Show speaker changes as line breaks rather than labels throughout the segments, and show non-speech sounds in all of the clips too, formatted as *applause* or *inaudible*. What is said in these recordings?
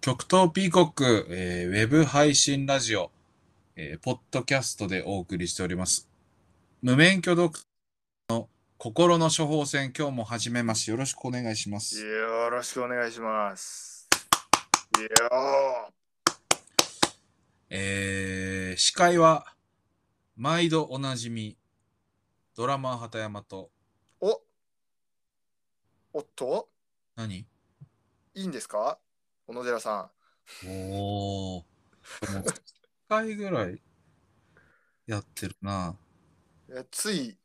極東ピーコック、えーウェブ配信ラジオ、えーポッドキャストでお送りしております。無免許ドクターの心の処方箋、今日も始めます。よろしくお願いします。
よろしくお願いします。いや
えー司会は、毎度おなじみ、ドラマー畑山と、
ーおおっと
何
いいんですか小野寺さ
おお。でも2回ぐらいやってるな。
ん。えつい、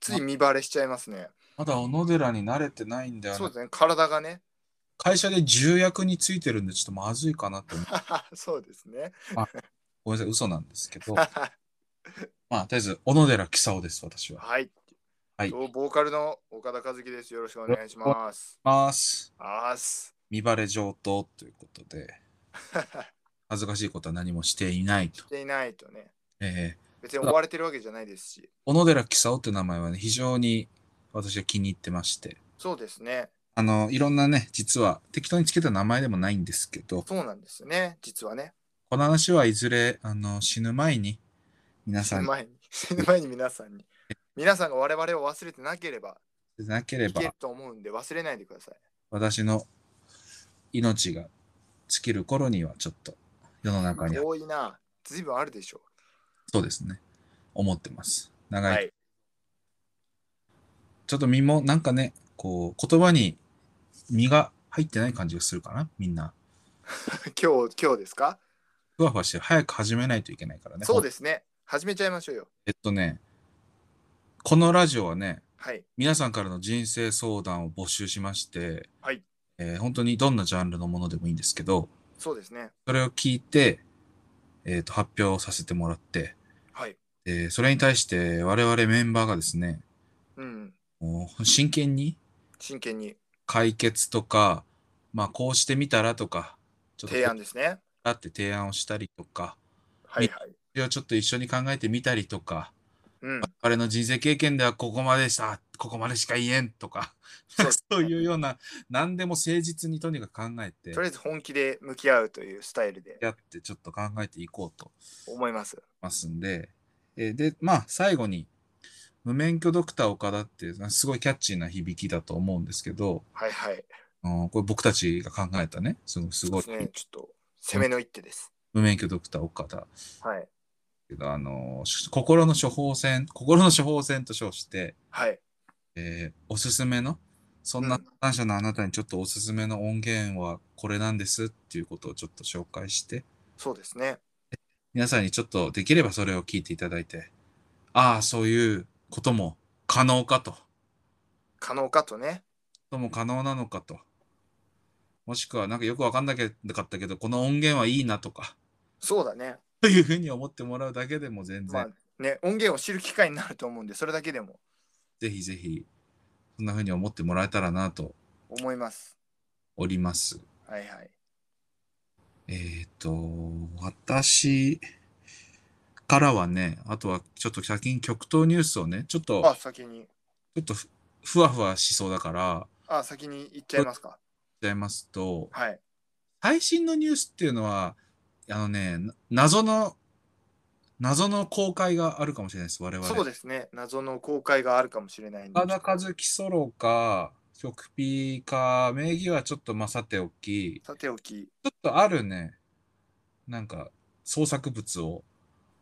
つい見バレしちゃいますね。
まだ小野寺に慣れてないんだよ
そ
な
うで。すね、体がね。 *laughs*
会社で重役についてるんで、ちょっとまずいかなって思う。
そうですね。 *laughs*
ごめんなさい、嘘なんですけど。 *laughs* まあ、とりあえず、小野寺喜久夫です、私は。
はい。
はい
とボーカルの岡田和樹です。よろしくお願いします。
ます。
あーす。
見バレ上等ということ
*laughs*
で、恥ずかしいことは何もしていないと
し。ていないとね。
えー
別に追われてるわけじゃないですし。
小野寺喜久夫って名前はね、非常に私は気に入ってまして。
そうですね。
あの、いろんなね、実は適当につけた名前でもないんですけど、
そうなんですよね。実はね。
この話はいずれあの死ぬ前に皆
死
さん
ぬ
に
前に、死ぬ前に皆さんに。皆さんが我々を忘れてなければ、
なけれ
いけ
ば
ると思うんで忘れないでください。
私の命が尽きる頃にはちょっと世の中には
多いな。随分あるでしょ
そうですね思ってます
う。
長い、。ちょっと身もなんかねこう言葉に身が入ってない感じがするかなみんな
今日、今日ですか、
ふわふわして早く始めないといけないからね
そうですね。始めちゃいましょうよ。
えっとねこのラジオはね
はい。
皆さんからの人生相談を募集しまして、
はい
えー本当にどんなジャンルのものでもいいんですけど、
そうですね。
それを聞いて、えーと発表させてもらって、
はい。
えーそれに対して我々メンバーがですね、
うん。
もう真剣に
真剣に
解決とか、まあ、こうしてみたらとか、ちょっと
提案ですね。
あって提案をしたりとか、
はいはい。
それをちょっと一緒に考えてみたりとか、
うん。
我々の人生経験ではここまでした、ここまでしか言えんとか、
そ
*laughs*
う
そ
で
う
す
いうような、何でも誠実にとにかく考えて
と、りあえず本気で向き合うというスタイルで
やってちょっと考えていこうと
思います。
ますんで、えーで、まあ、最後に、無免許ドクター岡田っていう、すごいキャッチーな響きだと思うんですけど、
はいはい。
あのこれ僕たちが考えたね、すごい、す
そう
ご
で
い
すね。ちょっと攻めの一手です。
無免許ドクター岡田。
はい。
けどあのし心の処方箋、心の処方箋と称して、
はい。
えーおすすめの、そんな
うん
感謝のあなたにちょっとおすすめの音源はこれなんですっていうことをちょっと紹介して、
そうですね。
皆さんにちょっとできればそれを聞いていただいて、ああ、そういうことも可能かと。
可能かとね。
とも可能なのかと。もしくは、なんかよくわかんなかったけど、この音源はいいなとか、 *laughs*
そうだね。
というふうに思ってもらうだけでも全
ま
然、
あね、音源を知る機会になると思うんで、それだけでも
ぜひぜひ、そんなふうに思ってもらえたらなと
思います。
おります。
はいはい。
えっ、と、私からはね、あとはちょっと先に極東ニュースをね、ちょっ
あ、
と、
先に。
ちょっとふふわふわしそうだから、
あ、先に行っちゃいますか。
言っちゃいますと、
はい。
最新のニュースっていうのは、あのね、な謎の、謎の公開があるかもしれないです、我々。
そうですね。謎の公開があるかもしれないんで。
岡田和樹ソロか、曲 P か、名義はちょっとまあさておき、
さておき、
ちょっとあるね、なんか創作物を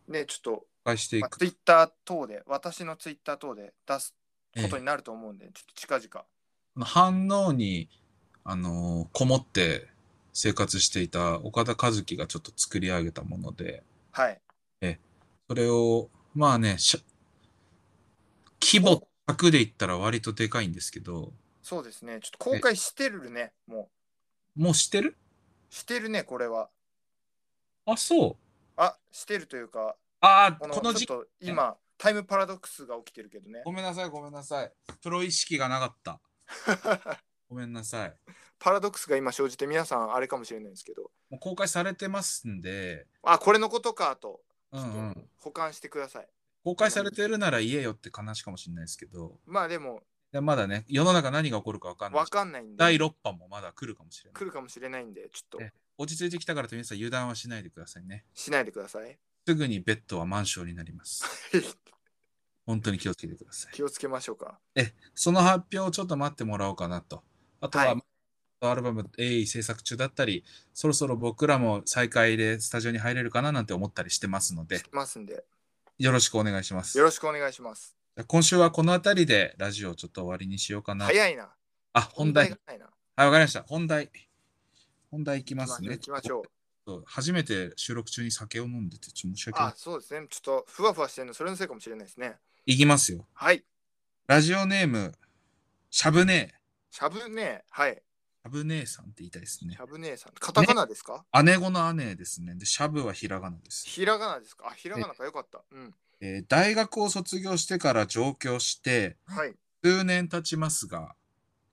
ね、ちょっ
公開して
と、
い
まあ、
く。
ツイッター等で、私のツイッター等で出すこ
え
とになると思うんで、ちょっと近々。
え反応に、あのーこもって生活していた岡田和樹がちょっと作り上げたもので、
はい。
それを、まあね、しゃ規模、100で言ったら割とでかいんですけど、
そうですね。ちょっと公開してるね。も
もうしてる
う、してるね、これは。
あ、そう。
あ、してるというか、
あ
こ
あ、
の
この時
ち
期、
ょっと今、タイムパラドックスが起きてるけどね
ご。めんなさい、ごめんなさい。プロ意識がなかった。ごめんなさい。
パラドックスが今生じて、皆さんあれかもしれないんですけど、
もう公開されてますんで、
あ、これのことかと、
うんうん、
保管してください。
公開されてるなら言えよって話かもしれないですけど、
まあでも、
でまだね、世の中何が起こるか分かんない
わ
し。
かんないんで、
第6波もまだ来るかもしれない。
来るかもしれないんで、ちょっと
ね落ち着いてきたからと皆さん油断はしないでくださいね。
しないでください。
すぐにベッドは満床になります。本当に気をつけてください。
気をつけましょうか。
その発表をちょっと待ってもらおうかなと。あとは、
はい
アルバム鋭意制作中だったり、そろそろ僕らも再開でスタジオに入れるかななんて思ったりしてますので、
ますんで、
よろしくお願いします
よ。ろしくお願いします。
今週はこの辺りでラジオをちょっと終わりにしようかな。
早いな。
あ、本題。
がないな。
はい、わかりました。本題。本題いきますね。
行きましょう。
そう初めて収録中に酒を飲んでて、ちょっと申し訳ない
あ、。そうですね。ちょっとふわふわしてるの、それのせいかもしれないですね。
いきますよ。
はい。
ラジオネーム、シャブネー。
しゃぶねはい。
シャブネーさんって言いたいですね
しゃ。ぶねえさん。カタカナですか、
姉子の姉ですね。で、シャブはひらがなです。
ひらがなですかあ、ひらがなかよかった。うん。
えー大学を卒業してから上京して、
はい。
数年経ちますが、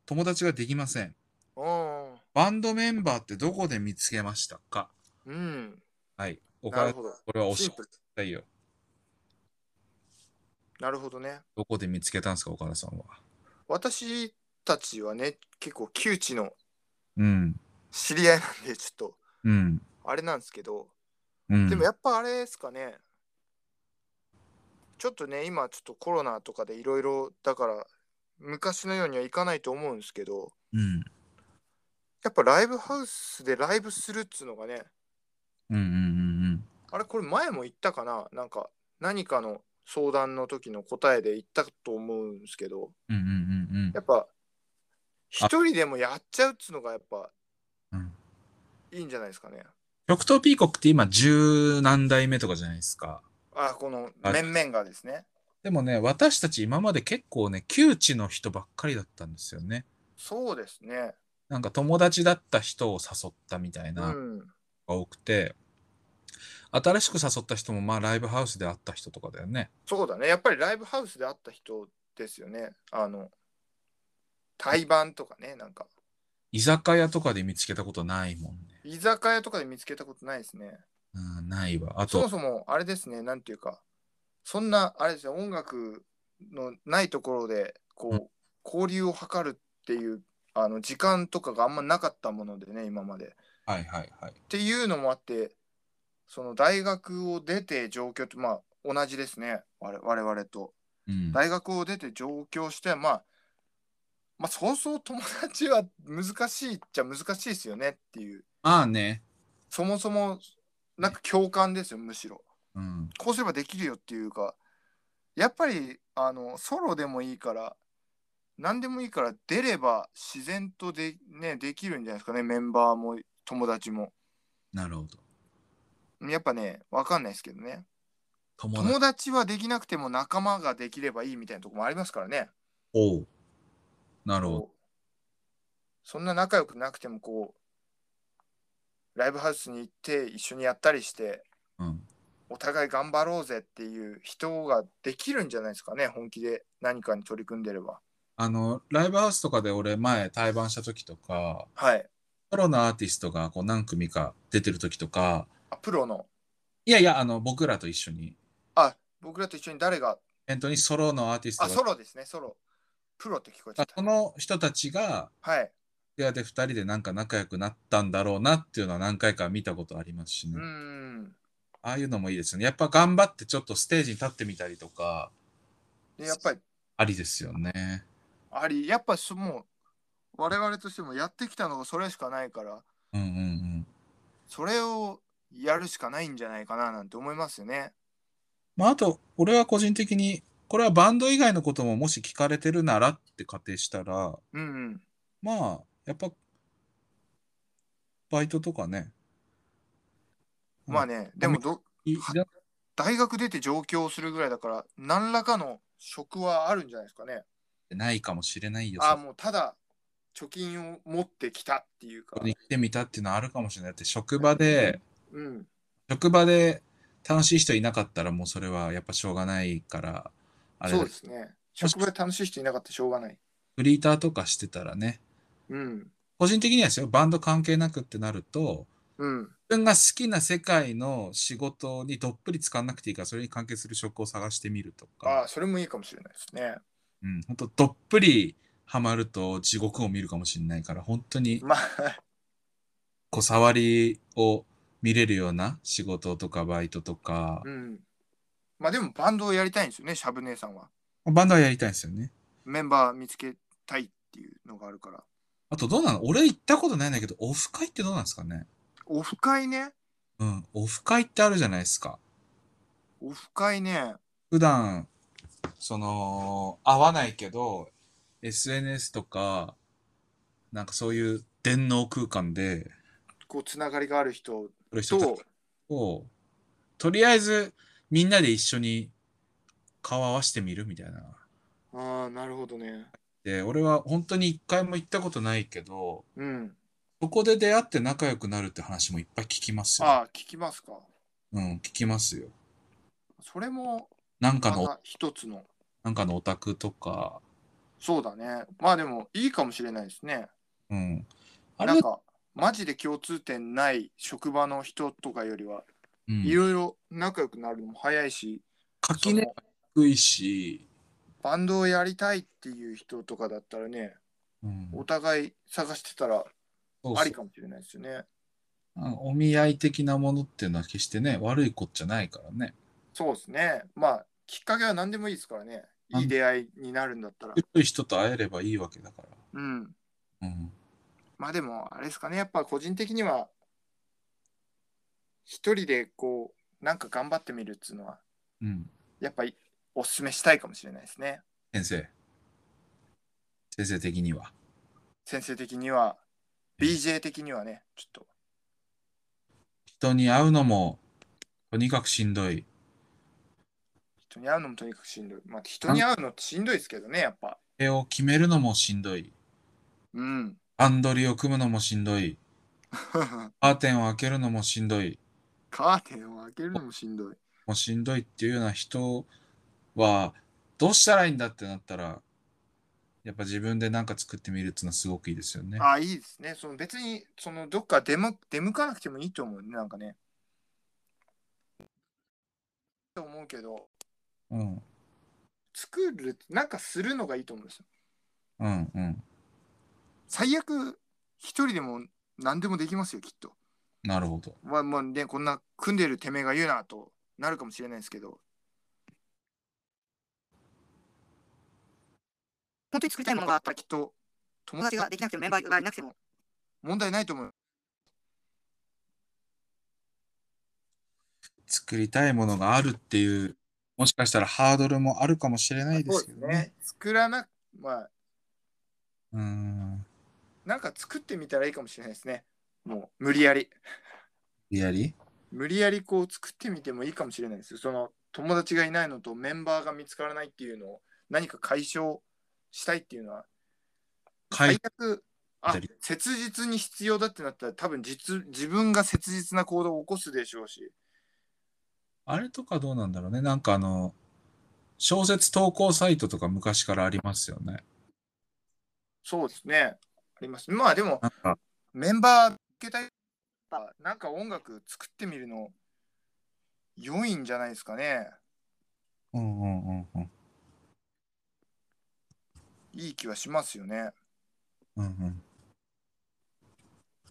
友達ができません。
おー
バンドメンバーってどこで見つけましたか
うん。
はい。お
な
か
る
ら
ほど。
これは教
シ
え
ンプル。
たいよ。
なるほどね。
どこで見つけたんですか、岡田さんは。
私たちはね、結構窮地の
うん。
知り合いなんで、ちょっと、
うん。
あれなんですけど、
うん。
でもやっぱあれですかね。ちょっとね、今ちょっとコロナとかでいろいろ、だから、昔のようにはいかないと思うんですけど、
うん。
やっぱライブハウスでライブするっつうのがね、
うんうんうん
あれこれ前も言ったかななんか何かの相談の時の答えで言ったと思うんですけど、
うん。うんうんうんうん
やっぱ一人でもやっちゃうっつうのがやっぱ
うん
いいんじゃないですかね。
極東ピーコックって今十何代目とかじゃないですか。
あ、この
あ
面々がですね。
でもね、私たち今まで結構ね、窮地の人ばっかりだったんですよね。
そうですね。
なんか友達だった人を誘ったみたいうなの
ん。
が多くて、新しく誘った人もまあライブハウスで会った人とかだよね。
そうだね。やっぱりライブハウスで会った人ですよね。あの、対バンとかね、なんか。
居酒屋とかで見つけたことないもんね。
居酒屋とかで見つけたことないですね。
うん、ないわ。あ
そも
と、
そもあれですね、なんていうか、そんな、あれですよ、音楽のないところで、
う
こう、交流を図るっていう、あの、時間とかがあんまなかったものでね、今まで。っ
はいはいはい。
ていうのもあって、その大学を出て上京と、まあ、同じですね、我我々と。
うん、
大学を出て上京して、まあ、まあ、そうそう友達は難しいっちゃ難しいですよねっていう、
まあね、
そもそも、なんか共感ですよ、むしろ。
うん、
こうすればできるよっていうかやっぱりあのソロでもいいから何でもいいから出れば自然とで,、ね、できるんじゃないですかねメンバーも友達も
なるほど。
やっぱね分かんないですけどね
友達
友達はできなくても仲間ができればいいみたいなとこもありますからね
おうなるほど。
こうそんな仲良くなくてもこうライブハウスに行って一緒にやったりして
うん、
お互い頑張ろうぜっていう人ができるんじゃないですかね本気で何かに取り組んでれば
あの、ライブハウスとかで俺前対バンした時とか、
はい
プロのアーティストがこう何組か出てる時とか、
あプロの
いやいや、あの、僕らと一緒に、
あ僕らと一緒に誰が
本当にソロのアーティスト
あ
が、
ソロですねソロプロって聞こえちゃ
あ
っ
そ
た
の人たちが、
はい
ペアで2人でなんか仲良くなったんだろうなっていうのは何回か見たことありますしね。
うー
あ
ん
あいうのもいいですよね。やっぱ頑張ってちょっとステージに立ってみたりとか、
でやっぱり
ありですよね。
ありやっぱそもう我々としてもやってきたのがそれしかないから
うんうんうん。
それをやるしかないんじゃないかななんて思いますよね
まあ、あと、俺は個人的に、これはバンド以外のことももし聞かれてるならって仮定したら、
うんうん
まあ、やっぱ、バイトとかね。
まあねでもど
い
は
で
大学出て上京するぐらいだから何らかの職はあるんじゃないですかね
ないかもしれないよ。
あ
そ
もうただ貯金を持ってきたっていうか
こに来てみたっていうのはあるかもしれない。だって職場で、
うん
職場で楽しい人いなかったらもうそれはやっぱしょうがないから、あれ
そう
だ
ですね職場で楽しい人いなかったらしょうがない
フリーターとかしてたらね、
うん
個人的にはですよ、バンド関係なくってなると、
うん
自分が好きな世界の仕事にどっぷり使わなくていいから、それに関係する職を探してみると
あ
か
あ、、それもいいかもしれないですね。
うん、本当どっぷりハマると地獄を見るかもしれないから、本当に
まあ、 *laughs*
こう触りを見れるような仕事とかバイトとか
う、ん。まあでもバンドをやりたいんですよね、シャブ姉さんは。
バンドはやりたいんですよね。
メンバー見つけたいっていうのがあるから。
あとどうなの俺行ったことないんだけど、オフ会ってどうなんですかね
オフ会ね。
うん、オフ会ってあるじゃないですか。
オフ会ね。
普段、その、会わないけど、SNS とか、なんかそういう電脳空間で、
こう、つながりがある人
そういう人たち
と、
を、とりあえずみんなで一緒に顔合わせてみるみたいな。
ああ、なるほどね。
で、俺は本当に一回も行ったことないけど、
うん。
そこで出会って仲良くなるって話もいっぱい聞きますよ。
ああ、聞きますか。
うん、聞きますよ。
それも、
なん
ま
かの、
た一つの。
なんかのオタクとか、
そうだね。まあでも、いいかもしれないですね。
うん。あ
なん
れ、
か、マジで共通点ない職場の人とかよりは、
うん
いろいろ仲良くなるのも早いし、
垣根
その
低いし、
バンドをやりたいっていう人とかだったらね、
うん、
お互い探してたら
そう
あ
そ
り
う
かもしれないですよね。
うんお見合い的なものっていうのは決してね、悪いことじゃないからね。
そうですね。まあ、きっかけは何でもいいですからね。いい出会いになるんだったら。
強い人と会えればいいわけだか
うん。
ら。うん。
まあでも、あれですかね。やっぱ個人的には、一人でこう、なんか頑張ってみるっていうのは、
うん。
やっぱりおすすめしたいかもしれないですね。
先生。先生的には。
先生的には、
うん
BJ 的にはね、ちょっ
人に会うのも、とにかくしんどい。
と、人に会うのもとにかくしんどい。まあ、人に会うのってしんどいですけどね、やっぱ。
絵を決めるのもしんどい。
うん。 *laughs*
段取りを組むのもしんどい。カーテンを開けるのもしんどい。
カーテンを開けるのもしんどい。
もうしんどいっていうような人は、どうしたらいいんだってなったら、やっぱ自分で何か作ってみるっていうのはすごくいいですよね。
*laughs* あ、いいですね。その別に、そのどっか出む出向かなくてもいいと思うね、なんかね。と思うけど、
うん。
作る、なんかするのがいいと思うんですよ。
うんうん。
最悪、一人でも何でもできますよ、きっと。
なるほど。
まあ、まあね、こんな組んでるてめえが言うなとなるかもしれないですけど。
本当に作りたいものがあったら
きっと、友
友達
達
が
が
できなくてもメンバーがいなくても
問題ないと思う。
作りたいものがあるっていう、もしかしたらハードルもあるかもしれないですけどね。。
作らな、まあ、
うん。
なんか作ってみたらいいかもしれないですね。もう、無理やり。
やり
無理やりこう作ってみてもいいかもしれないですよ。その友達がいないのとメンバーが見つからないっていうのを何か解消したいっていうのは、
解
最悪あ
左
切実に必要だってなったら多分実自分が切実な行動を起こすでしょうし、
あれとかどうなんだろうね。なんかあの、小説投稿サイトとか昔からありますよね。
そうですね。あります。まあでも
なんか、
メンバー受けたいなんか音楽作ってみるの良いんじゃないですかね。
うんうんうんうん。
いい気はしますよね。
うん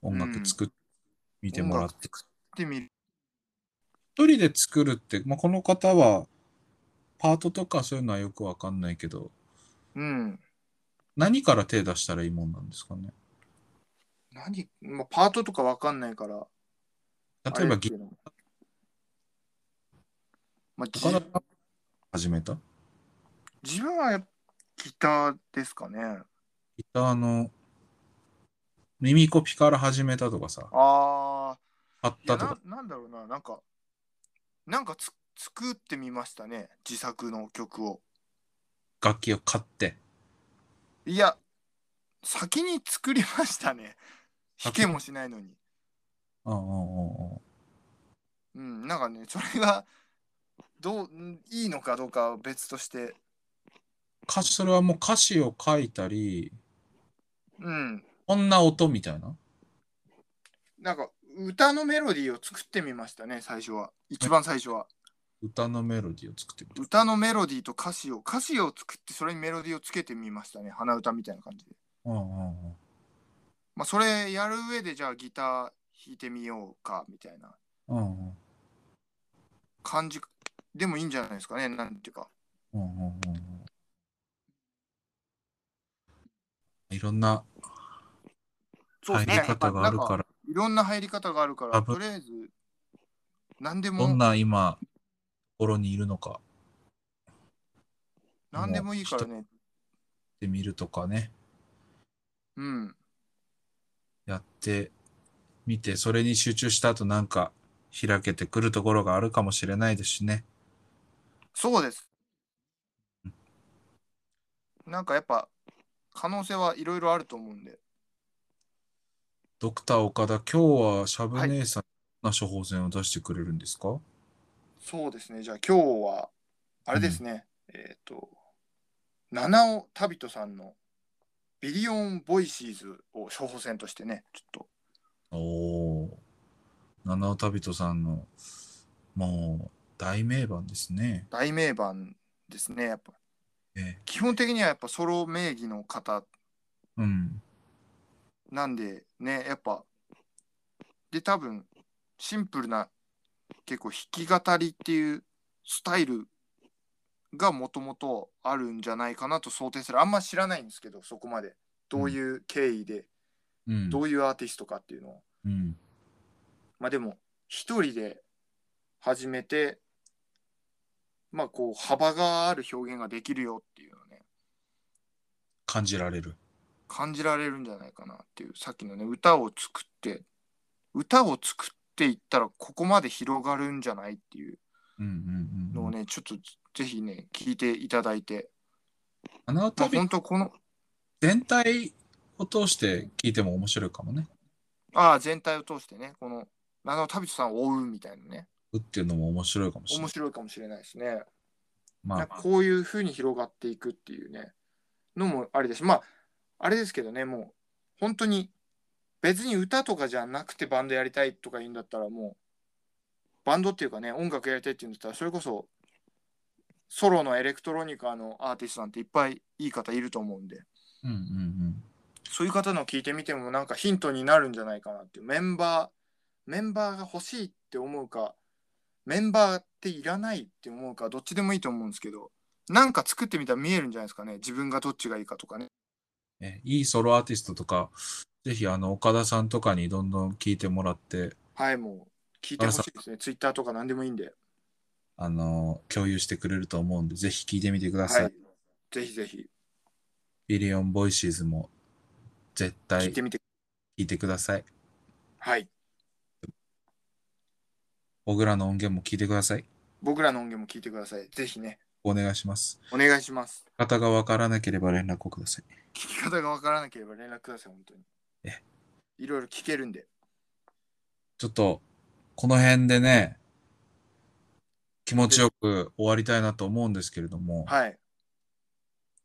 うん、音楽作ってみてもらって。
作ってみる。
一人で作るって、まあ、この方は、パートとかそういうのはよくわかんないけど、
うん。
何から手出したらいいもんなんですかね。
何、まあ、パートとかわかんないから。
例えばギ
ター。まあ、
ターから
じ
始めた
自分はやっぱギターですかね。
ギターの耳コピから始めたとかさ、
ああ、
あっ
いや
たとか
な、なんだろうな、なんか、なんかつ作ってみましたね、自作の曲を。
楽器を買って。
いや、先に作りましたね。弾けもしないのに。
うんうんうんうん
うん、なんかね、それが、どう、んいいのかどうかは別として、
歌詞それはもう歌詞を書いたり、
うん、
こんな音みたいな。
なんか歌のメロディーを作ってみましたね、最初は。一番最初は。
歌のメロディーを作ってみた。
歌のメロディーと歌詞を歌詞を作ってそれにメロディーをつけてみましたね鼻歌みたいな感じで、
うんうんうん
まあ、それやる上でじゃあギター弾いてみようかみたいな
うんうん
感じでもいいんじゃないですかねなんていうか
うんうんうんうんいろんな
そうです
入
ね。
り
はい
方がある
な
か
ん
ら、
いろんな入り方があるか
あ
ら
ぶ
とりあえず何で
どん
も
な今、心にいるのか
何でもいいからね
ってみるとかね、
うん
やってみて、それに集中した後なんか開けてくるところがあるかもしれないですしね。
そうですなんかやっぱ可能性はいろいろあると思うんで
ドクター岡田、今日はシャブ姉さん、どんな処方箋を出してくれるんですか
そうですね。じゃあ今日は、あれですね。えっ、と、七尾旅人さんのビリオンボイシーズを処方箋としてね、ちょっ
おおー、七尾旅人さんの、もう、大名盤ですね。
と大名盤ですね。やっぱ
え
基本的にはやっぱソロ名義の方
え、うん。
なんでね、やっぱ、で、多分、シンプルな、結構弾き語りっていうスタイルがもともとあるんじゃないかなと想定する。あんま知らないんですけど、そこまで。どういう経緯で。
うん。
どういうアーティストかっていうのを。
うん。
まあでも、一人で始めて、まあこう、幅がある表現ができるよっていうのをね、
感じられる。
感じられるんじゃないかなっていう、さっきのね、歌を作って、歌を作っていったら、ここまで広がるんじゃないっていう
うんうん
の
う
を
ん。
ね、ちょっとぜひね、聞いていただいて、
七尾
まあ
旅人
本当この、
全体を通して聞いても面白いかもね。
ああ、全体を通してね、この、あの、旅人さんを追うみたいなね、
うっていうのも面白いかもしれな
面
い。
白いかもしれないですね。
ま
なん
あ
か、こういう風に広がっていくっていうね、のもあれだし、まあ、あれですけどね、もう、本当に、別に歌とかじゃなくてバンドやりたいとか言うんだったら、もう、バンドっていうかね、音楽やりたいっていうんだったら、それこそ、ソロのエレクトロニカのアーティストなんていっぱいいい方いると思うんで、
うんうんうん。
そういう方の聞いてみても、なんかヒントになるんじゃないかなっていう、メンバー、メンバーが欲しいって思うか、メンバーっていらないって思うか、どっちでもいいと思うんですけど、なんか作ってみたら見えるんじゃないですかね、自分がどっちがいいかとかね。
えいいソロアーティストとか、ぜひあの岡田さんとかにどんどん聞いてもらって、
はい、もう聞いてほしいですね、ツイッターとか何でもいいんで、
あの共有してくれると思うんで、ぜひ聞いてみてください。
はい、ぜひぜひ
ビリオンボイシーズも絶対
聞いて
聞
みて、
いてください。
はい、
僕らの音源も聞いてください。
僕らの音源も聞いてください、ぜひね、
お願いします。
お願いします。
方がわからなければ連絡をください。
聞き方がわからなければ連絡ください、本当に
え。
いろいろ聞けるんで、
ちょっと、この辺でね、気持ちよく終わりたいなと思うんですけれども、
はい。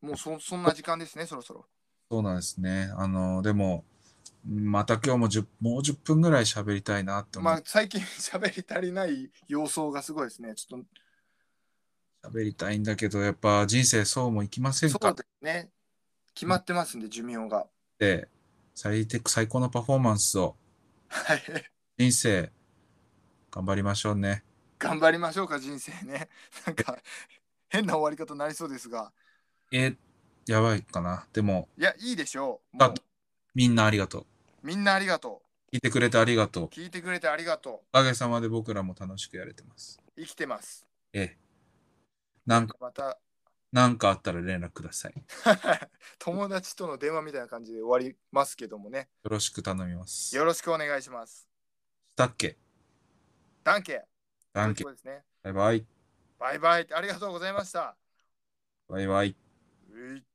もうそそんな時間ですね、そろそろ。
そうなんですね。あの、でも、また今日も10、もう10分ぐらい喋りたいなって思
まあ
う。、
最近 *laughs* 喋り足りない様相がすごいですね。ちょっ
喋りたいんだけど、やっぱ人生そうもいきませ
と、
ん
そ
か
う
っ
ですね。決まってますんで、寿命が。
て、最適最高のパフォーマンスを、
はい。 *laughs*
人生、頑張りましょうね。
頑張りましょうか、人生ね。 *laughs* なんか、変な終わり方になりそうですが。
え、やばいかな。でも、
いや、いいでしょう。
だ
もう
みんなありがとう。
みんなありがと
聞いてくれてありがとう
う。。聞いてくれてありがと
おかげさまで僕らも楽しくやれてます。
う。生きてます。
ええ。なんか、
また、 *laughs*
なんかあったら連絡ください。よ
友達との電話みたいな感じで終わりますけどもね。
ろしく頼みます。
よろしくお願いします。
したっけ
ダンケ。
ダンケ
ということですね。
バイバイ。
バイバイ。ありがとうございました。
バイバイ。
うい